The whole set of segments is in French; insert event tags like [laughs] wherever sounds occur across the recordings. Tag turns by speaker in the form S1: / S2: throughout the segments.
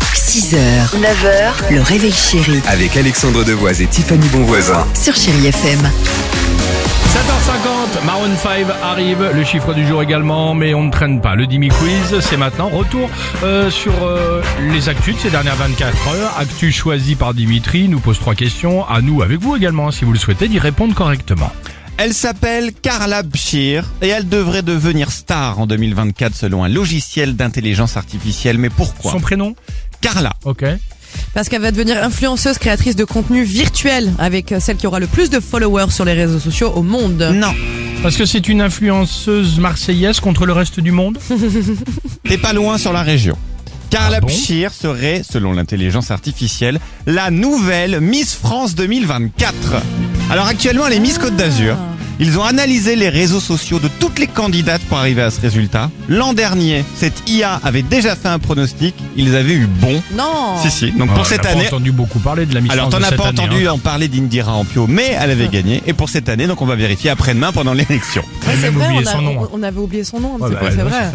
S1: 6h, 9h, le réveil chéri
S2: Avec Alexandre Devoise et Tiffany Bonvoisin.
S1: sur Chéri FM.
S3: 7h50, Maroon 5 arrive, le chiffre du jour également, mais on ne traîne pas. Le Dimi Quiz, c'est maintenant. Retour euh, sur euh, les actus de ces dernières 24 heures. Actu choisi par Dimitri, nous pose trois questions. À nous, avec vous également, si vous le souhaitez, d'y répondre correctement.
S4: Elle s'appelle Carla Bshir et elle devrait devenir star en 2024 selon un logiciel d'intelligence artificielle. Mais pourquoi
S3: Son prénom
S4: Carla.
S3: Ok.
S5: Parce qu'elle va devenir influenceuse créatrice de contenu virtuel avec euh, celle qui aura le plus de followers sur les réseaux sociaux au monde.
S4: Non,
S3: Parce que c'est une influenceuse marseillaise contre le reste du monde
S4: t'es pas loin sur la région. Carla
S3: Ah bon
S4: Bshir serait, selon l'intelligence artificielle, la nouvelle Miss France 2024. Alors actuellement, elle est Miss Côte d'Azur. Ils ont analysé les réseaux sociaux de toutes les candidates pour arriver à ce résultat. L'an dernier, cette IA avait déjà fait un pronostic. Ils avaient eu bon.
S3: Mm.
S5: Non
S4: Si, si. Donc
S3: Ah, on
S4: pour cette
S3: n'a pas
S4: année,
S3: entendu beaucoup parler de la mission
S4: Alors, t'en
S3: de
S4: as
S3: cette
S4: pas
S3: année,
S4: entendu
S3: hein. Ah.
S4: en parler d'Indira Ampio, mais elle avait gagné. Et pour cette année, donc on va vérifier après-demain pendant [laughs] l'élection.
S5: Ouais,
S3: J'ai
S5: c'est
S3: même
S5: vrai,
S3: oublié
S5: on, a-
S3: son nom, hein.
S5: on- on avait oublié son nom un
S3: Ouais,
S5: petit
S3: bah
S5: peu,
S3: ouais,
S5: c'est
S3: ouais,
S5: vrai.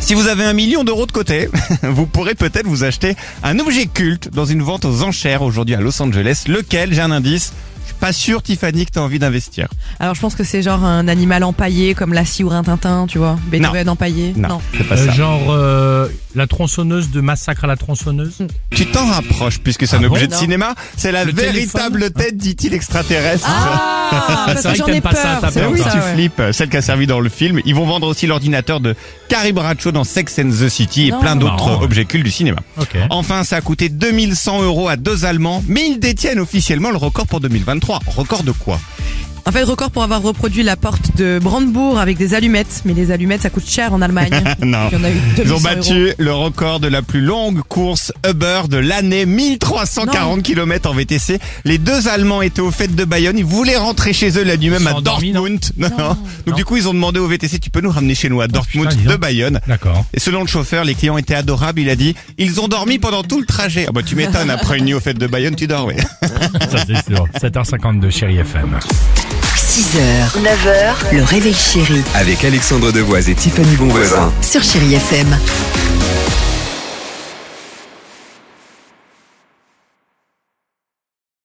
S3: c'est
S4: Si vous avez un million d'euros de côté, [laughs] vous pourrez peut-être vous acheter un objet culte dans une vente aux enchères aujourd'hui à Los Angeles. Lequel, j'ai un indice. Je suis pas sûr, Tiffany, que t'as envie d'investir.
S5: Alors je pense que c'est genre un animal empaillé comme la scie ou Rintintin, tu vois. Beethoven empaillé.
S4: Non,
S3: [laughs]
S4: c'est hein, pas
S3: Euh,
S4: ça.
S3: genre euh, la tronçonneuse de Massacre à la tronçonneuse
S4: Tu t'en rapproches puisque c'est
S3: Ah
S4: un
S3: bon
S4: objet de
S5: Non.
S4: cinéma. C'est la
S3: Le
S4: véritable tête, dit-il, extraterrestre.
S5: Ah Parce
S3: vrai
S5: que
S3: que
S5: j'en
S3: t'aimes
S5: ai
S3: pas ça,
S5: peur.
S3: t'as
S4: Ben
S5: c'est
S3: peur,
S5: pour
S4: oui,
S3: ça,
S4: tu
S5: ouais.
S4: flippes, euh, celle qui a servi dans le film. Ils vont vendre aussi l'ordinateur de Carrie Bradshaw dans Sex and the City et
S5: Non.
S4: plein d'autres
S3: Marrant, ouais.
S4: euh, objets cultes du cinéma.
S3: Ok.
S4: Enfin, ça a coûté 2100 euros à deux Allemands, mais ils détiennent officiellement le record pour 2023. Record de quoi
S5: En fait, record pour avoir reproduit la porte de Brandebourg avec des allumettes. Mais les allumettes, ça coûte cher
S3: [laughs]
S5: en Allemagne.
S4: Non.
S5: Il y en a eu
S4: Ils
S5: 2100
S4: ont
S5: euros.
S4: battu le record de la plus longue course Uber de l'année, 1340 km en VTC. Les deux Allemands étaient aux fêtes de Bayonne, ils voulaient rentrer chez eux la nuit même
S3: sont
S4: à
S3: endormis,
S4: Dortmund. Non, non. Donc
S3: Non.
S4: du coup, ils ont demandé au VTC, tu peux nous ramener chez nous à Dortmund
S3: putain, dis donc.
S4: de Bayonne
S3: D'accord.
S4: Et selon le chauffeur, les clients étaient adorables. Il a dit, ils ont dormi pendant tout le trajet. Ah bah tu m'étonnes, après une nuit aux fêtes de Bayonne, tu dors, oui.
S3: Ça, c'est [laughs] sûr. 7h52, chérie FM.
S1: 6h, 9h, le réveil chéri
S2: Avec Alexandre Devoise et Tiffany Bonvoisin.
S1: sur Chéri FM.